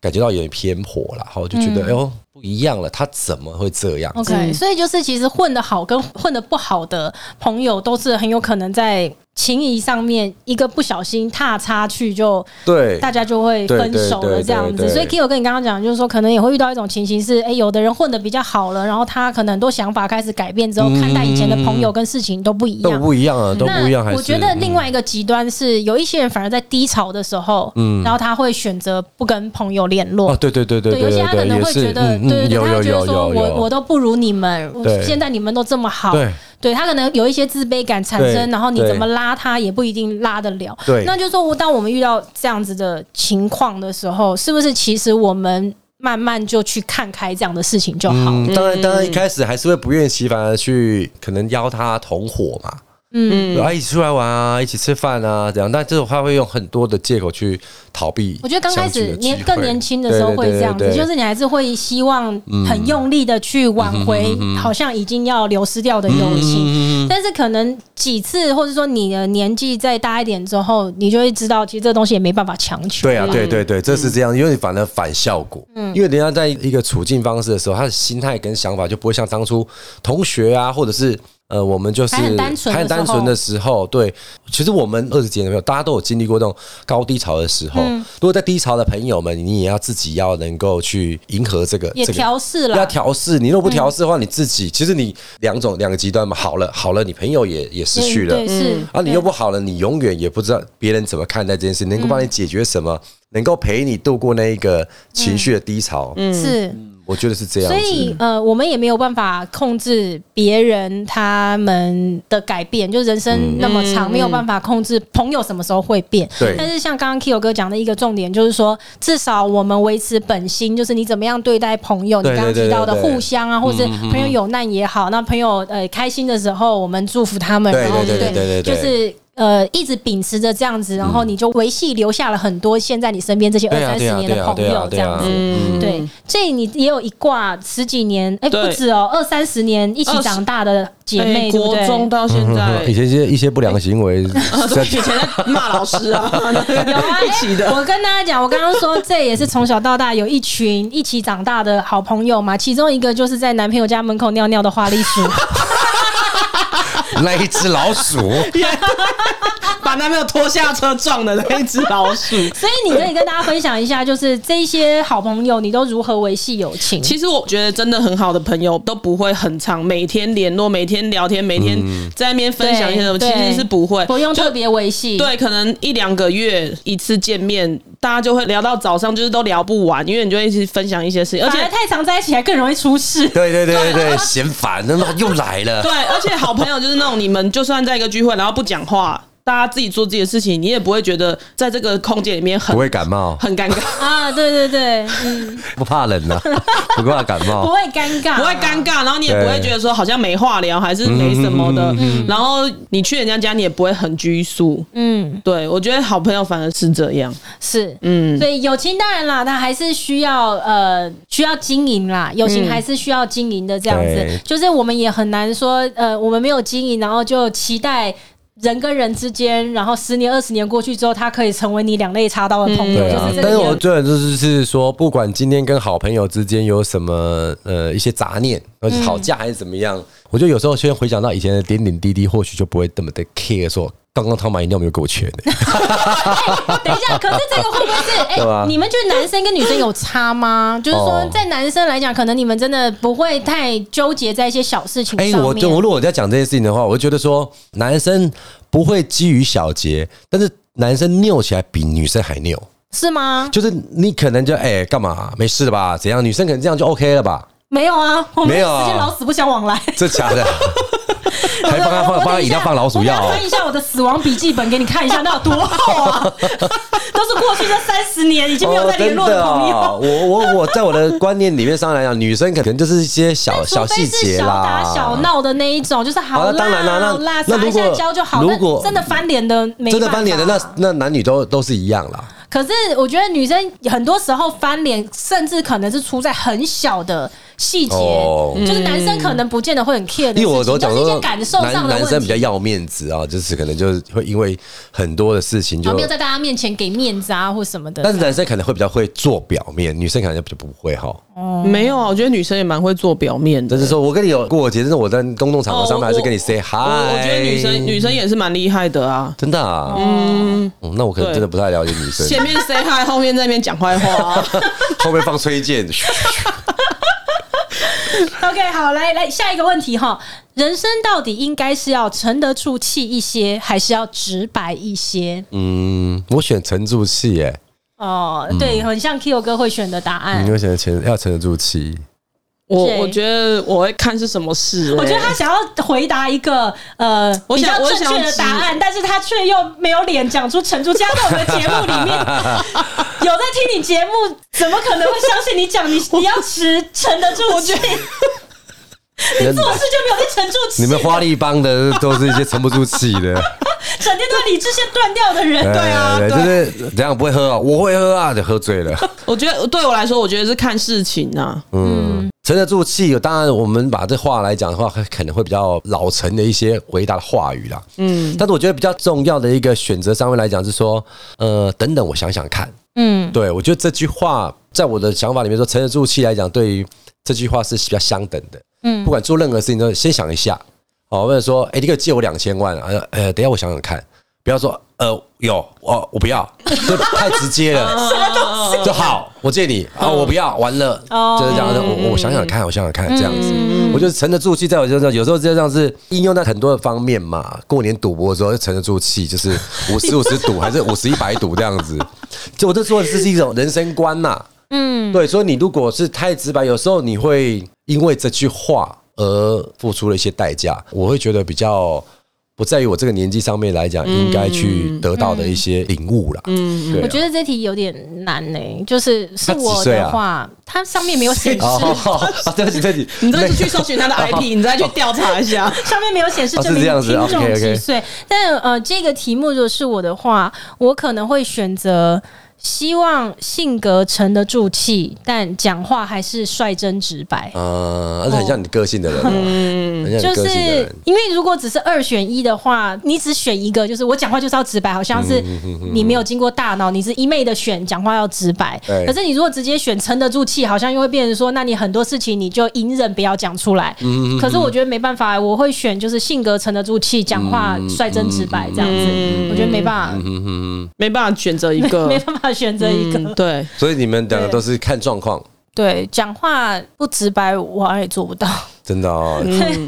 感觉到有点偏颇啦，然后就觉得、哎呦不一样了，他怎么会这样？ OK，、所以就是其实混得好跟混得不好的朋友，都是很有可能在情谊上面一个不小心踏差去就。对，大家就会分手了，这样对对对子。对所以 Kiko 跟你刚刚讲，就是说可能也会遇到一种情形是，哎、有的人混得比较好了，然后他可能很多想法开始改变之后，嗯看待以前的朋友跟事情都不一都样。嗯不一样啊，都不一样。那还是我觉得另外一个极端是，有一些人反而在低潮的时候，然后他会选择不跟朋友联络嗯哦，。对对对对对，有对些他可对，能也会是觉得，嗯对对嗯，对，有他有会觉得有说有我我有，都不如你们，我对现在你们都这么好，对对他可能有一些自卑感产对生，然后你怎么对拉他也不一定拉得了。对那就是说我当我们遇到这样子的情况的时候，是不是其实我们慢慢就去看开这样的事情就好？嗯，当然当然一开始还是会不厌其烦的去可能邀他同伙嘛，嗯，啊一起出来玩啊，一起吃饭啊这样，但这种他会用很多的借口去逃避我觉得刚开相聚始的机会。年更年轻的时候会这样子，对对对对就是你还是会希望很用力的去挽嗯回，好像已经要流失掉的友情。但是可能几次，或者说你的年纪再大一点之后，你就会知道，其实这个东西也没办法强求。对啊，对对对，这是这样，因为反而反效果。嗯，因为人家在一个处境方式的时候，他的心态跟想法就不会像当初同学啊，或者是呃，我们就是还很单纯的时候还很单纯的时候，对。其实我们二十几年的朋友，大家都有经历过那种高低潮的时候。嗯如果在低潮的朋友们，你也要自己要能够去迎合这个，也这个调嗯试了要调试。你如果不调试的话，你自己其实你两种两个极端嘛，好了好了，你朋友也也失去了，对，是啊，你又不好了，你永远也不知道别人怎么看待这件事，能够帮你解决什嗯么，能够陪你度过那一个情绪的低潮，嗯，是。我觉得是这样所子。以呃，我们也没有办法控制别人他们的改变，就人生那么长，没有办法控制朋友什么时候会变。对但是像刚刚 Kyo 哥讲的一个重点，就是说，至少我们维持本心，就是你怎么样对待朋友，你对刚刚对对提到的对对互相啊，或者是朋友有难也好，那朋友呃开心的时候，我们祝福他们，对然后对对对对对就是。呃，一直秉持着这样子，然后你就维系留下了很多现在你身边这些二对啊三对十啊年的朋对啊友，这对啊样子对啊。嗯对，这你也有一挂十几年，哎、对不止哦，二三十年一起二十长大的姐妹，哎对不国对？中到现嗯在以，前一些一些不良行为， 以前在骂老师啊，有啊，一起的哎我跟大家讲，我刚刚说 这也是从小到大有一群一起长大的好朋友嘛，其中一个就是在男朋友家门口尿尿的花栗 鼠，那一只老 鼠，把男朋友拖下车撞的那一只老鼠。所以你可以跟大家分享一下，就是这些好朋友你都如何维系友情？其实我觉得真的很好的朋友都不会很长，每天联络、每天聊天、每天在那边分享一些什么，其对实是不会，不用就特别维系，对，可能一两个月一次见面，大家就会聊到早上，就是都聊不完，因为你就会一直分享一些事情，而反而且太常在一起还更容易出 事。对对对对对，嫌烦，那又来了对，，而且好朋友就是那种你们就算在一个聚会，然后不讲话，大家自己做自己的事情，你也不会觉得在这个空间里面很不会感冒，很尴尬， 啊，对对对，嗯，不怕冷啊，不怕感不冒，会尴尬，不会尴尬，然后你也对不会觉得说好像没话聊还是没什么的，然后你去人家家你也不会很拘束。嗯，对，我觉得好朋友反而是这样，是，嗯，所以友情当然啦，它还是需要呃需要经营啦，友情还是需要经营的这样子，对就是我们也很难说呃我们没有经营，然后就期待。人跟人之间，然后十年、二十年过去之后，他可以成为你两肋插刀的朋友，嗯对就啊是这，但是我个。觉得就是是说，不管今天跟好朋友之间有什么呃一些杂念，或者吵架还是怎么样，我觉得有时候先回想到以前的点点滴滴，或许就不会这么 的 care 说，刚刚他买饮料没有给我钱，哦等一下，可是这个会不会是？哎、对吧你们觉得男生跟女生有差吗？就是说哦，在男生来讲，可能你们真的不会太纠结在一些小事情哎、上面。我就我如果在讲这件事情的话，我就觉得说，男生不会基于小节，但是男生拗起来比女生还拗，是吗？就是你可能就哎干、嘛没事了吧？怎样？女生可能这样就 OK 了吧？没有啊，我们没有啊之间老死不相往来。这假的，还帮他 我放等帮他一饮下料放老鼠药、啊我等一下翻一下我的死亡笔记本给你看一下，那有多厚啊？都是过去这三十年已经没有再联络的朋友。 哦真的哦、我我我在我的观念里面上来讲，女生可能就是一些小小除非细是节小打啦，小闹的那一种，就是好好啦，那当然啦那好啦，那撒如一果下娇就好。如但果真的翻脸的没真的办法翻脸的那那男女都都是一样啦。可是我觉得女生很多时候翻脸，甚至可能是出在很小的细节，哦就是男生可能不见得会很 care 的事情，因为我都讲就是一些说感受上男的男生问比较题。要面子啊，就是可能就是会因为很多的事情然就后没，有在大家面前给面子啊，或什么的。但是男生可能会比较会做表面，女生可能就比较不会哈。哦没有啊，我觉得女生也蛮会做表面的但。是说我跟你有过节，但是我在公众场合上面哦还是跟你 say hi。我我觉得女生女生也是蛮厉害的啊，真的啊，嗯，那我可能真的不太了解女生，前面 say hi，后面在那边讲坏话、 啊。后面放崔健， OK，好，来来下一个问题哈，人生到底应该是要沉得住气一些，还是要直白一些？嗯，我选沉住气耶，哦，嗯对，很像 Kyo 哥会选的答案你。会选沉要沉得住气，我谁我觉得我会看是什么事、欸我觉得他想要回答一个呃我比较想正确我的想答案，但是他却又没有脸讲出陈珠佳在我们的节目里 面有在听你节目，怎么可能会相信你讲 你你要持沉得住气？真的做事就没有在沉住气，你们花力帮的都是一些沉不住气的，整天都在理智线断掉的人， 对啊哎对就是怎样不会喝啊，我会喝啊，就喝醉了。我觉得对我来说，我觉得是看事情啊。嗯，沉得住气，当然我们把这话来讲的话，可能会比较老成的一些回答的话语啦。嗯，但是我觉得比较重要的一个选择上面来讲是说，呃，等等，我想想看。嗯，对我觉得这句话在我的想法里面说，沉得住气来讲，对于这句话是比较相等的。嗯，不管做任何事情都先想一下。哦，或者说，哎、你可以借我两千万啊？呃呃，等一下我想想看，不要说呃有我我不要，这太直接了。什么东西？ 就好，我借你啊，我不要，完了，哦嗯就是这样。我我想想看，我想想看，这样子，我就是沉得住气，在我身上，有时候就这样是应用在很多的方面嘛。过年赌博的时候，就沉得住气，就是五 十五十赌，还是五十一百赌这样子。就我这说的是一种人生观呐、嗯，对，所以你如果是太直白，有时候你会因为这句话而付出了一些代价，我会觉得比较。不在于我这个年纪上面来讲，应该嗯去得到的一些领悟啦。嗯，对啊我觉得这题有点难呢、就是是他几我岁的啊话，它上面没有显示， 哦，对不起，对不起，你再去搜寻他 的 IP，你再去调查一下。上面没有显示哦证明是这样子听众 OK，OK 几岁。但呃，这个题目如果是我的话，我可能会选择希望性格沉得住气，但讲话还是率真直白。呃，而且哦很像你个性的人，嗯，很像就你个是性的人。因为如果只是二选一的话，你只选一个，就是我讲话就是要直白，好像是嗯你没有经过大脑，你是一昧的选讲话要直白。对可是你如果直接选沉得住气，好像又会变成说，那你很多事情你就隐忍不要讲出来。嗯可是我觉得没办法，我会选就是性格沉得住气，讲话率真直白嗯这样子，我觉得没办法，没办法选择嗯一 个，没办法选择一个。嗯对，所以你们两个都是看状况， 对，讲话不直白，我好像也做不到，嗯 真的哦。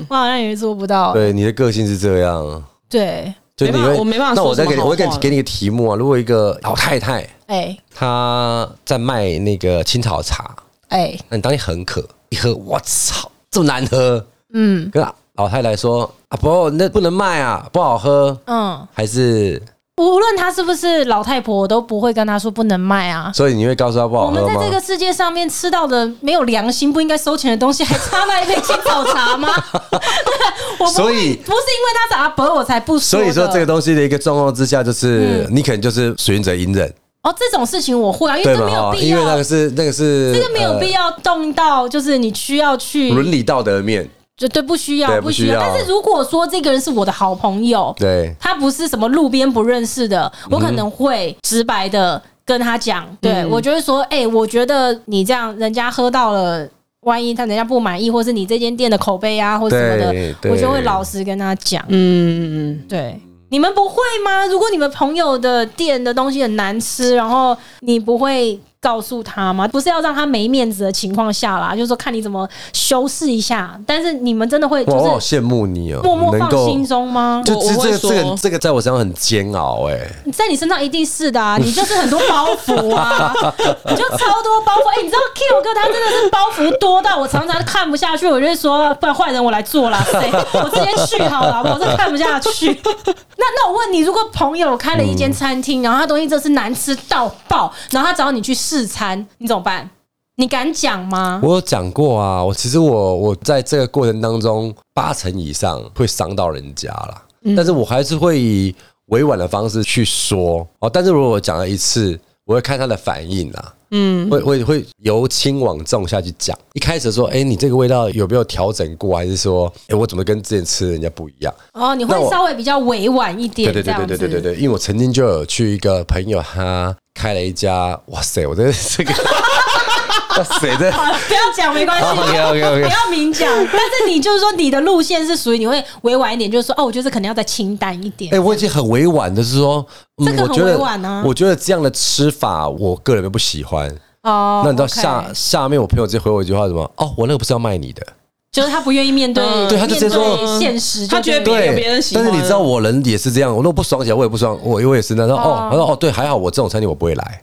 我好像也做不到。对，你的个性是这样，对，就你没办会，法我没办法那说我再什么给你，好我会给话你给你一个题目啊。如果一个老太太哎她在卖那个青草茶，哎，那你当你很渴，一喝，我操，这么难喝，嗯跟老太太说啊，不，那不能卖啊，不好喝，嗯。还是，无论她是不是老太婆，我都不会跟她说不能卖啊。所以你会告诉她不我好们哦喝在吗这？个世界上面吃到的没有良心、不应该收钱的东西，还差那一杯青草茶 吗？我不会所以不是因为他长得薄我才不说所的。以说这个东西的一个状况之下，嗯就是你可能就是选择隐忍。哦，这种事情我会啊，因为对这嘛没有哈，必因为那要个，是那个是这个没有必要动到，就是你需要去呃伦理道德面，就对，不需对要，不不需需要。要但是如果说这个人是我的好朋友，对他不是什么路边不认识嗯的，我可能会直白的跟他讲，嗯对我就会说，哎、我觉得你这样，人家喝到了。万一他人家不满意，或是你这间店的口碑啊，或什么对的，对我就会老实跟他讲。嗯，对，你们不会吗？如果你们朋友的店的东西很难吃，然后你不会告诉他吗？不是要让他没面子的情况下啦，就是说看你怎么修饰一下。但是你们真的会就哇，我好是羡慕你哦，默默能放够心中吗？就我我这这会个这说个这个在我身上很煎熬哎，在你身上一定是的 啊，你就是很多包袱啊，你就超多包袱。哎、你知道 Q 哥他真的是包袱多到我常常看不下去，我就会说，不然换人我来做 啦，谁我直接去好了，好不好？我真的看不下去。那那我问你，如果朋友开了一间餐厅，然后他东西真的是难吃到爆，然后他找你去试餐，你怎么办？你敢讲吗？我有讲过啊，我其实我我在这个过程当中，八成以上会伤到人家啦，嗯但是我还是会以委婉的方式去说哦。但是如果我讲了一次，我会看他的反应啊，嗯，会会会由轻往重下去讲。一开始说，哎、你这个味道有没有调整过？还是说，哎、我怎么跟之前吃的人家不一样？哦，你那会我稍微比较委婉一点，对对这对样对子。对对对对，因为我曾经就 有去一个朋友他开了一家，哇塞，我的这个谁在？好，不要讲没关系 OK，OK，OK 不要明讲。但是你就是说你的路线是属于你会委婉一点，就是说哦，我觉得可能要再清淡一点哎、。我已经很委婉的是说，嗯这个很我觉委得婉啊我觉得这样的吃法，我个人不喜欢。哦，那你知道 OK 下下面我朋友直接回我一句话什么？哦，我那个不是要卖你的，就是他不愿意面对，嗯对他就直接说面对现实，他觉得就别对别人喜但欢是你知道我人也是这样，我如果不爽起来，我也不爽，我我也是那种哦哦，他说哦对，还好我这种餐厅我不 会来。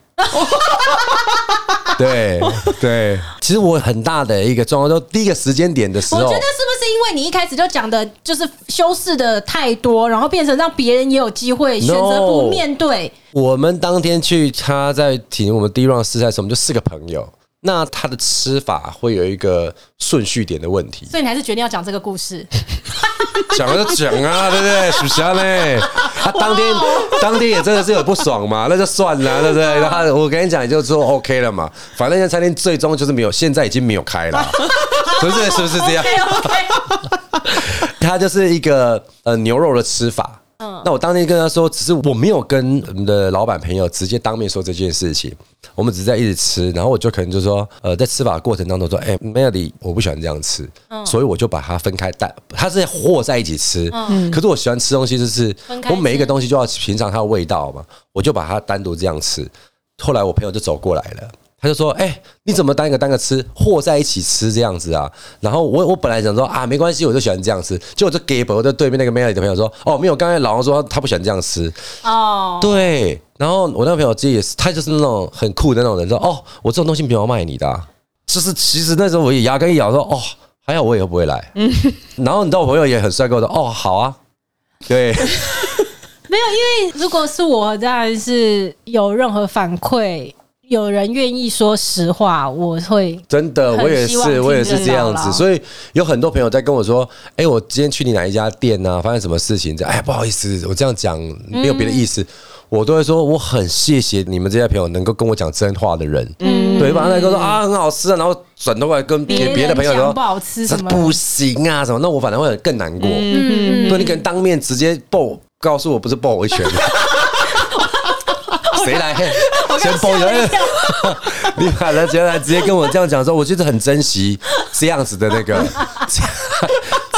对对，其实我很大的一个状况，就第一个时间点的时我觉候得是，不是因为你一开始就讲的就是修饰的太多，然后变成让别人也有机会 No 选择不面对？我们当天去他在停我们第一 round 试赛的时候，我们就四个朋友，那他的吃法会有一个顺序点的问题，所以你还是决定要讲这个故 事。讲了就讲啊，对不对？属下嘞，他、当天当天也真的是有不爽嘛，那就算了，对不对？然后我跟你讲，也就说 OK 了嘛，反正那家餐厅最终就是没有，现在已经没有开了，是不是？是不是这样？哎 OK， 它就是一个呃牛肉的吃法。嗯那我当天跟他说，只是我没有跟我们的老板朋友直接当面说这件事情，我们只是在一直吃，然后我就可能就说，呃，在吃法的过程当中说，哎、m e l o d y 我不喜欢这样吃，嗯所以我就把它分开带，它是和在一起吃，可是我喜欢吃东西就是嗯分开吃我每一个东西就要品尝它的味道嘛，我就把它单独这样吃。后来我朋友就走过来了。他就说：“哎、你怎么单个单个吃，和在一起吃这样子啊？”然后我我本来想说啊，没关系，我就喜欢这样吃。结果就给我就对面那个 Melody 的朋友说：“哦，没有，刚才老王说他不喜欢这样吃。哦，对，然后我那个朋友其实也是，他就是那种很酷的那种人，说：“哦，我这种东西没有要卖你的啊、就是其实那时候我也牙根一咬说：“哦，还好我以后不会来。”然后你知道我朋友也很帅，跟我说：“哦，好啊。”对，没有，因为如果是我，当然是有任何反馈，有人愿意说实话，我会真的，很我也希望是，我也听是得这到样啦子，所以有很多朋友在跟我说：“哎、我今天去你哪一家店啊？发生什么事情？”这样哎，不好意思，我这样讲没有别的意嗯思，我都会说我很谢谢你们这些朋友能够跟我讲真话的人，嗯，对吧？那个说啊很好吃啊，然后转头过来跟别别的人朋友讲说不好吃这什么的， 不行啊什么，那我反而会更难过。嗯对你可能当面直接爆告诉我，不是爆我 一拳。谁来？先爆人！ 你反而觉得直接跟我这样讲说，我就是很珍惜这样子的那个 这样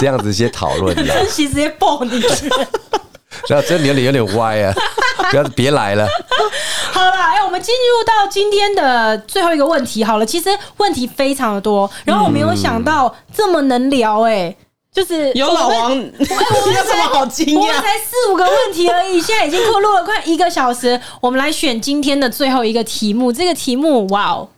这样子一些讨论的。 珍惜直接爆你。然后真的有点有点歪啊，不要别来了。好啦，哎、我们进入到今天的最后一个问题。好了，其实问题非常的多，然后我没嗯有想到这么能聊、哎，就是有老王，我们。 有什么好惊我们讶？才四五个问题而已，现在已经过录了快一个小时。我们来选今天的最后一个题目，这个题目哇哦，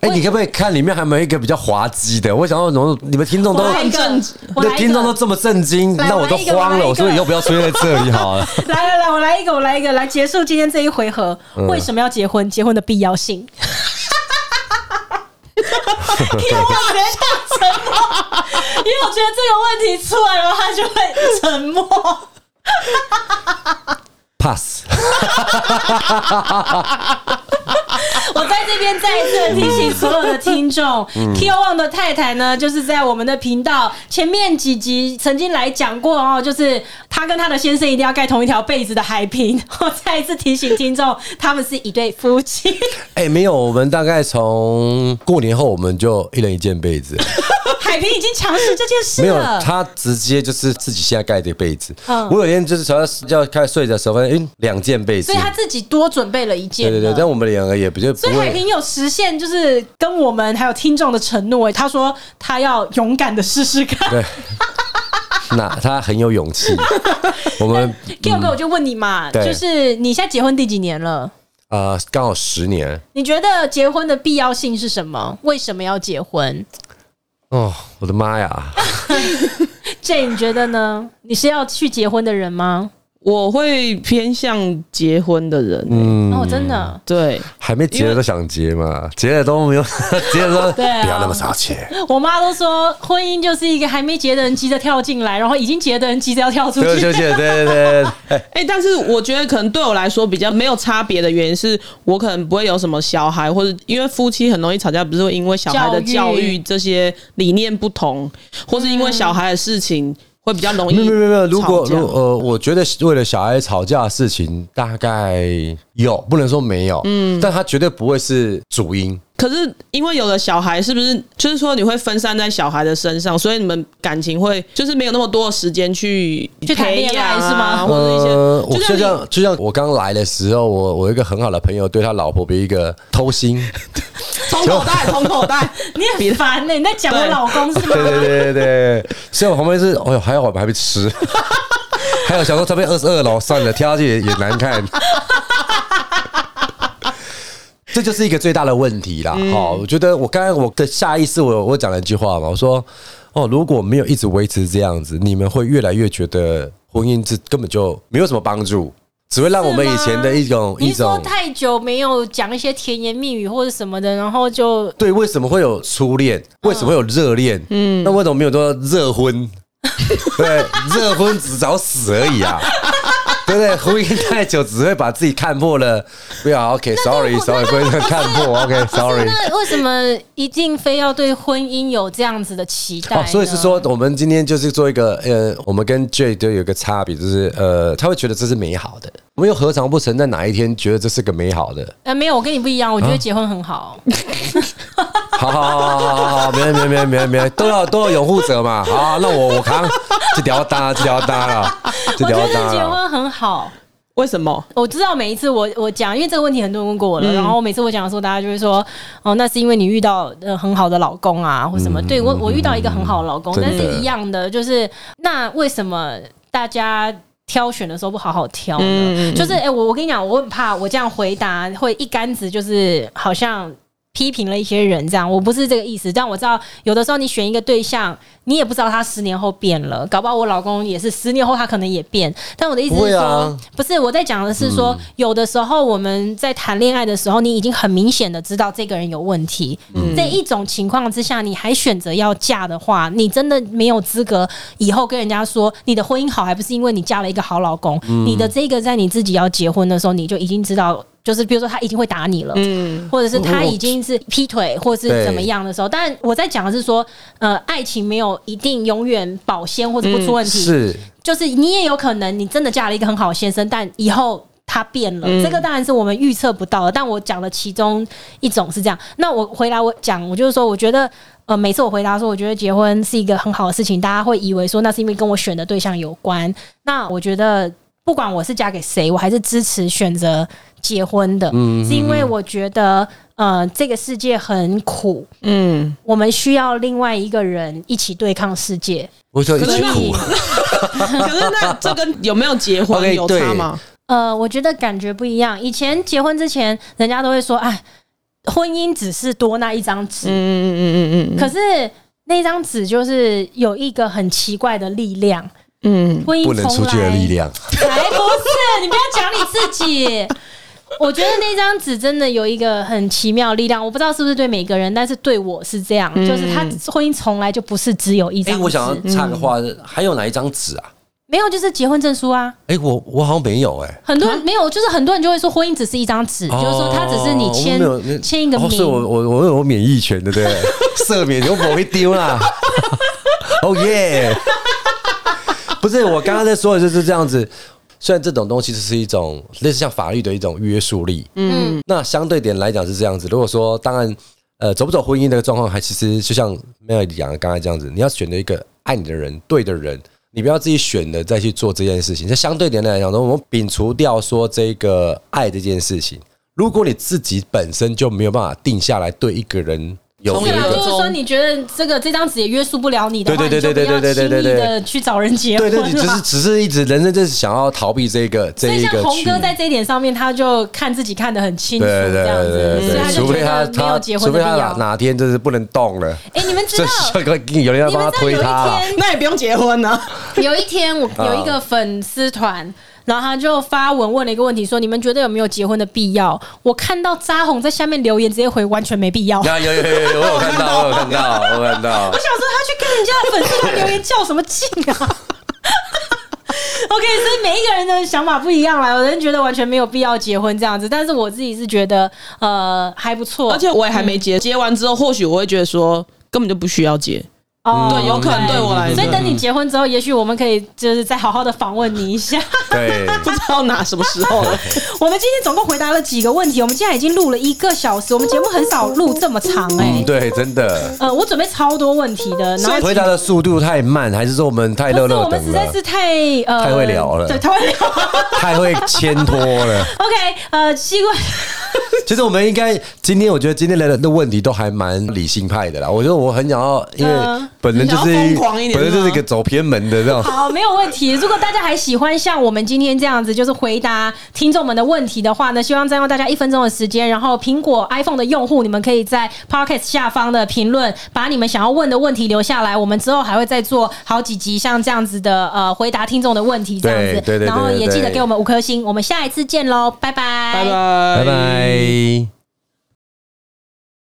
哎，你可不可以看里面还有没有一个比较滑稽的？我想要，你们听众都我来一个很正，我来一那个听众都这么震惊，来那我都我来一个慌了。我来一个我说以后不要出现在这里 好了。来来来，我来一个，我来一个，来结束今天这一回合。为什么要结婚？结婚的必要性。 因为我觉得沉默，因为我觉得这个问题出来了，他就会沉默。 pass。我在这边再一次地提醒所有的听众、k o One 的太太呢，就是在我们的频道前面几集曾经来讲过哦，就是她跟她的先生一定要盖同一条被子的海平。 我再一次提醒听众，他们是一对夫妻。哎、没有，我们大概从过年后，我们就一人一件被子， 海平已经尝试这件事没有，了。他直接就是自己现在盖的被子。嗯我有一天就是早上要开始睡的时候，发现哎，两、件被子所以。他自己多准备了一件对了。对对，但我们两个也不就不所以海会。平有实现，就是跟我们还有听众的承诺、欸。他说他要勇敢的试试看。对，那他很有勇气。我们 Q 哥，我就问你嘛，嗯对就是你现在结婚第几年了？呃刚好十年你觉得结婚的必要性是什么？为什么要结婚哦，我的妈呀！ ？J，你觉得呢？你是要去结婚的人吗？我会偏向结婚的人，嗯哦，真的，对，还没结的都想结嘛，结了都没有，结了说、对啊不要那么早结。 我妈都说婚姻就是一个还没结的人急着跳进来，然后已经结的人急着要跳出对对去。对对对对，哎哎、但是我觉得可能对我来说比较没有差别的原因是，我可能不会有什么小孩，或者因为夫妻很容易吵架，不是会因为小孩的教教育嗯育这些理念不同，或是因为小孩的事情会比较容易没有没有没有，如果吵架如呃，我觉得为了小孩吵架的事情，大概有，不能说没有，嗯，但他绝对不会是主因。可是因为有了小孩，是不是就是说你会分散在小孩的身上，所以你们感情会就是没有那么多的时间去去谈培恋爱养啊是吗或者一些，呃，我就就像像就像我刚来的时候，我我有一个很好的朋友对他老婆被一个偷心，你从口袋，从口 袋，你很烦呢、欸你在讲我对老公是吗对？对对对对，所以我旁边是，哎呦，还好我们还 没吃，还有想说这边二十二楼，算了，跳下去也也难看。这就是一个最大的问题啦，哈、嗯我觉得我刚才我的下意识我，我讲了一句话嘛，我说，哦，如果没有一直维持这样子，你们会越来越觉得婚姻这根本就没有什么帮助，只会让我们以前的一种你一是说种太久没有讲一些甜言蜜语或者什么的，然后就对，为什么会有初恋？嗯为什么会有热恋？嗯，那为什么没有说 热婚？对，热婚只找死而已啊，对不对？婚姻太久只会把自己看破了。啊不要，OK，sorry，sorry，不 会看破，OK，sorry。那为什么一定非要对婚姻有这样子的期待、哦，所以是说，，我们今天就是做一个呃，我们跟 J 都有一个差别，就是呃，他会觉得这是美好的，我们又何尝不曾在哪一天觉得这是个美好的？呃，没有，我跟你不一样，我啊觉得结婚很好。好好好好好好，没有没有没有没有没有，都要都要拥护者嘛。好好，那我我扛，这条搭这条搭了，这我觉条得搭结了。婚很好。为什么？哦我知道每一次我我讲，因为这个问题很多人问过我嗯了，然后每次我讲的时候，大家就会说，哦，那是因为你遇到呃很好的老公啊，或什么。对我我遇到一个很好的老公，嗯真的但是一样的就是，那为什么大家？挑选的时候不好好挑呢，嗯就是哎、我我跟你讲，我很怕我这样回答会一竿子就是好像批评了一些人这样，我不是这个意思，但我知道有的时候你选一个对象，你也不知道他十年后变了，搞不好我老公也是十年后他可能也变。但我的意思不是会说，啊不是我在讲的是说，有的时候我们在谈恋爱的时候，你已经很明显的知道这个人有问题，这一种情况之下，你还选择要嫁的话，你真的没有资格以后跟人家说你的婚姻好，还不是因为你嫁了一个好老公？你的这个在你自己要结婚的时候，你就已经知道。就是比如说他已经会打你了，或者是他已经是劈腿，或者是怎么样的时候。但我在讲的是说，呃，爱情没有一定永远保鲜或者不出问题，嗯是，就是你也有可能你真的嫁了一个很好的先生，但以后他变了，这个当然是我们预测不到的。但我讲的其中一种是这样。那我回来我讲，我就是说，我觉得。呃，每次我回答说，我觉得结婚是一个很好的事情，大家会以为说那是因为跟我选的对象有关。那我觉得，不管我是嫁给谁，我还是支持选择结婚的，是因为我觉得，呃，这个世界很苦，嗯，我们需要另外一个人一起对抗世界。我说一可起是那苦。可是那这跟有没有结婚 OK，有差吗？呃，我觉得感觉不一样。以前结婚之前，人家都会说，哎，婚姻只是多那一张纸，嗯嗯嗯嗯嗯可是那张纸就是有一个很奇怪的力量。嗯，婚姻不能从出去的来力量，才不是，你不要讲你自己。 我觉得那张纸真的有一个很奇妙的力量，我不知道是不是对每个人，但是对我是这样，就是他嗯婚姻从来就不是只有一哎、张纸，我想要插个话，还有哪一张纸啊？没有就是结婚证书啊。哎、我我好像没有哎、很多人没有，就是很多人就会说婚姻只是一张纸，就是说它只是你哦签我没有签一个哦、名，所以我我我有免疫权的，对不对？赦免我不会丢啦。哦耶！不是，我刚刚在说的就是这样子。虽然这种东西就是一种类似像法律的一种约束力，嗯，那相对点来讲是这样子。如果说当然，呃，走不走婚姻的状况，还其实就像 Mary 讲的刚才这样子，你要选择一个爱你的人、对的人，你不要自己选的再去做这件事情。这相对点来讲呢，我们摒除掉说这个爱这件事情，如果你自己本身就没有办法定下来对一个人有从有对一啊，小就个是说你觉得这个这张纸也约束不了你的话，对对对对对对对对你就对不对要轻易的去找人结对婚 对，你只是了。只是一直人生就是想要逃避这个这所以一像个红区哥。在这一点上面，他就看自己看得很清楚，对对这样对子，对所以他对，除就非觉他得没有他结婚的除非必他哪要。哪天就是不能动了，哎，你们知这道，有人要你帮们知道他推有一他啊。 天那也不用结婚啊呢、 有一天，我有一个粉丝团，然后他就发文问了一个问题，说：“你们觉得有没有结婚的必要？”我看到扎红在下面留言，直接回完全没必要。我有有有有有，我有看到，我有看到，我有看到。想说，他去跟人家的粉丝团留言叫什么劲啊？OK，所以每一个人的想法不一样啦，有人觉得完全没有必要结婚这样子，但是我自己是觉得呃还不错，而且我也还没结，结完之后或许我会觉得说根本就不需要结。哦对有可能对我来所以说等你结婚之后，也许我们可以就是再好好的访问你一下。对，不知道哪什么时候了。我们今天总共回答了几个问题，我们现在已经录了一个小时，我们节目很少录这么长哎、嗯，对，真的。呃，我准备超多问题的，然后回答的速度太慢，还是说我们太不热是热我们等实在了？是太呃太会聊了对，太会聊。太会牵拖了。 OK，呃，西瓜，其实我们应该今天，我觉得今天来的问题都还蛮理性派的啦。我觉得我很想要，因为嗯本人就是你想要疯狂一点本人就是是一吗个走偏门的这种。好，没有问题。如果大家还喜欢像我们今天这样子，就是回答听众们的问题的话呢，希望占用大家一分钟的时间。然后，苹果 iPhone 的用户，你们可以在 Podcast 下方的评论，把你们想要问的问题留下来。我们之后还会再做好几集像这样子的呃回答听众的问题，这样子。对对对对然后也对记得对 给我们五颗星。我们下一次见喽，拜拜，拜拜拜。拜。